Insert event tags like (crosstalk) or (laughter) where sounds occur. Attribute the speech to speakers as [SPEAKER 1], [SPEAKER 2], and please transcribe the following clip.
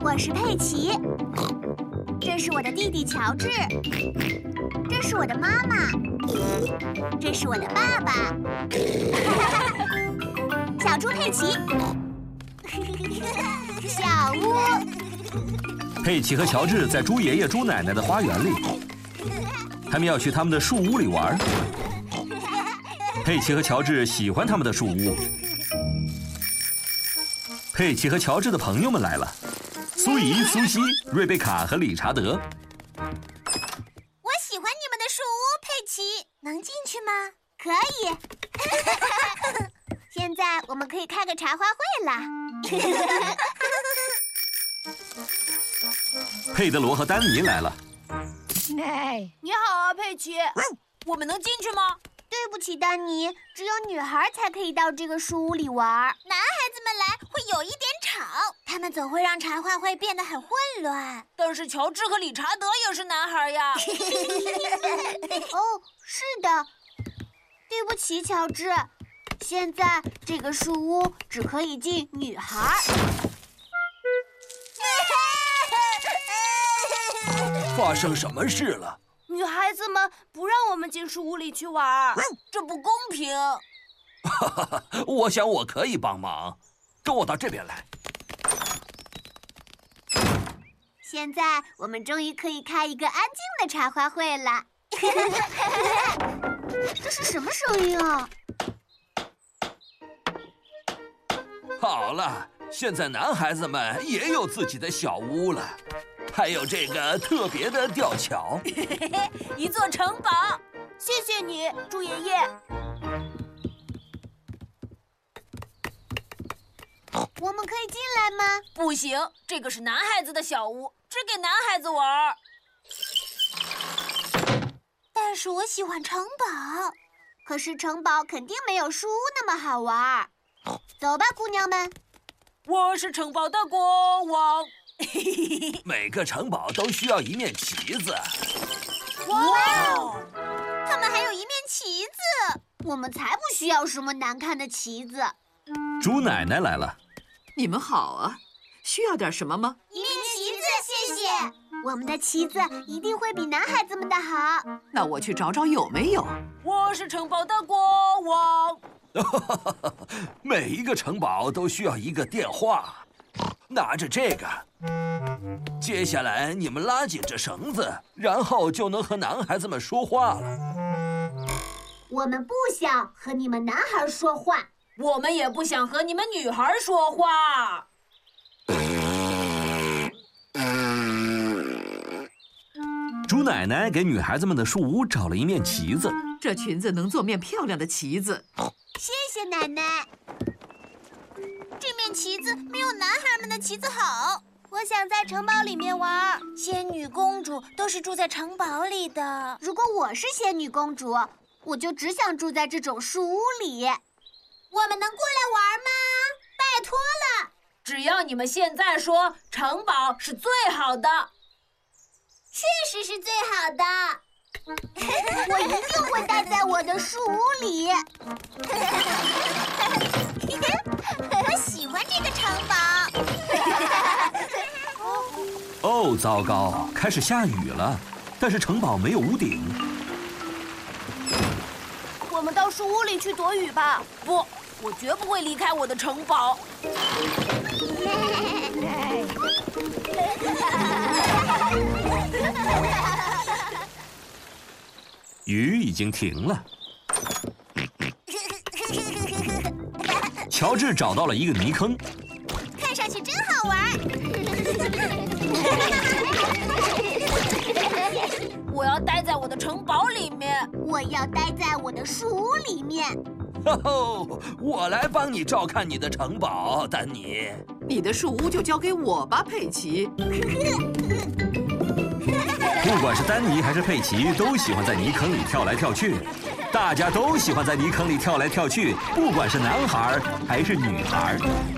[SPEAKER 1] 我是佩奇，这是我的弟弟乔治，这是我的妈妈，这是我的爸爸， (laughs) 小猪佩奇， (laughs) 小屋，
[SPEAKER 2] 佩奇和乔治在猪爷爷、猪奶奶的花园里，他们要去他们的树屋里玩儿。佩奇和乔治喜欢他们的树屋。佩奇和乔治的朋友们来了，苏怡、苏西、瑞贝卡和理查德。
[SPEAKER 1] 我喜欢你们的树屋，佩奇，能进去吗？可以。 (laughs) 现在我们可以开个茶话会了。
[SPEAKER 2] 佩德罗和丹尼来了，
[SPEAKER 3] 你好啊，佩奇，我们能进去吗？
[SPEAKER 1] 对不起，丹尼，只有女孩才可以到这个树屋里玩。男孩子们来会有一点吵，他们总会让茶话会变得很混乱。
[SPEAKER 3] 但是乔治和理查德也是男孩呀。
[SPEAKER 1] 哦，是的，对不起，乔治。现在这个树屋只可以进女孩 (laughs) 儿。
[SPEAKER 4] 发生什么事了？
[SPEAKER 3] (laughs) 女孩子们不让我们进树屋里去玩儿，这不公平。
[SPEAKER 4] 我想我可以帮忙，跟我到这边来。
[SPEAKER 1] 现在我们终于可以开一个安静的茶话会 (laughs) 了。这是什么声音啊？
[SPEAKER 4] 好了，现在男孩子们也有自己的小屋了，还有这个特别的吊桥。
[SPEAKER 3] 一座城堡。谢谢你，猪爷爷。
[SPEAKER 1] 我们可以进来吗？
[SPEAKER 3] 不行，这个是男孩子的小屋，只给男孩子玩儿。
[SPEAKER 1] 但是我喜欢城堡，可是城堡肯定没有树屋那么好玩儿。走吧，姑娘们，
[SPEAKER 3] 我是城堡的国王。
[SPEAKER 4] 每个城堡都需要一面旗子。
[SPEAKER 3] 哇哦！
[SPEAKER 1] 他们还有一面旗子，我们才不需要什么难看的旗子。
[SPEAKER 2] 猪奶奶来了，
[SPEAKER 5] 你们好啊，需要点什么吗？
[SPEAKER 1] 一面旗子，谢谢。我们的旗子一定会比男孩子们的好。
[SPEAKER 5] 那我去找找有没有。
[SPEAKER 3] 我是城堡的国王。
[SPEAKER 4] (laughs) 每一个城堡都需要一个电话，拿着这个，接下来你们拉紧这绳子，然后就能和男孩子们说话了。
[SPEAKER 1] 我们不想和你们男孩说话。
[SPEAKER 3] 我们也不想和你们女孩儿说话。
[SPEAKER 2] 猪奶奶给女孩子们的树屋找了一面旗子。
[SPEAKER 5] 这裙子能做面漂亮的旗子，
[SPEAKER 1] 谢谢奶奶。这面旗子没有男孩们的旗子好。我想在城堡里面玩。仙女公主都是住在城堡里的。如果我是仙女公主，我就只想住在这种树屋里。我们能过来玩吗？拜托了。
[SPEAKER 3] 只要你们现在说城堡是最好的，
[SPEAKER 1] 确实是最好的。我一定会待在我的树屋里。 (laughs) 我喜欢这个城堡。
[SPEAKER 2] 哦，糟糕，开始下雨了，但是城堡没有屋顶。
[SPEAKER 3] 我们到树屋里去躲雨吧。不，我绝不会离开我的城堡。
[SPEAKER 2] 雨已经停了。乔治找到了一个泥坑，
[SPEAKER 1] 看上去真好玩。 (laughs)
[SPEAKER 3] 我要待在我的城堡里面。
[SPEAKER 1] 我要待在我的树屋里面。
[SPEAKER 4] 哈吼， (laughs) 我来帮你照看你的城堡，丹尼。
[SPEAKER 5] 你的树屋就交给我吧，佩奇。
[SPEAKER 2] 不管是丹尼还是佩奇，都喜欢在泥坑里跳来跳去。大家都喜欢在泥坑里跳来跳去，不管是男孩儿还是女孩儿。
[SPEAKER 1] (laughs)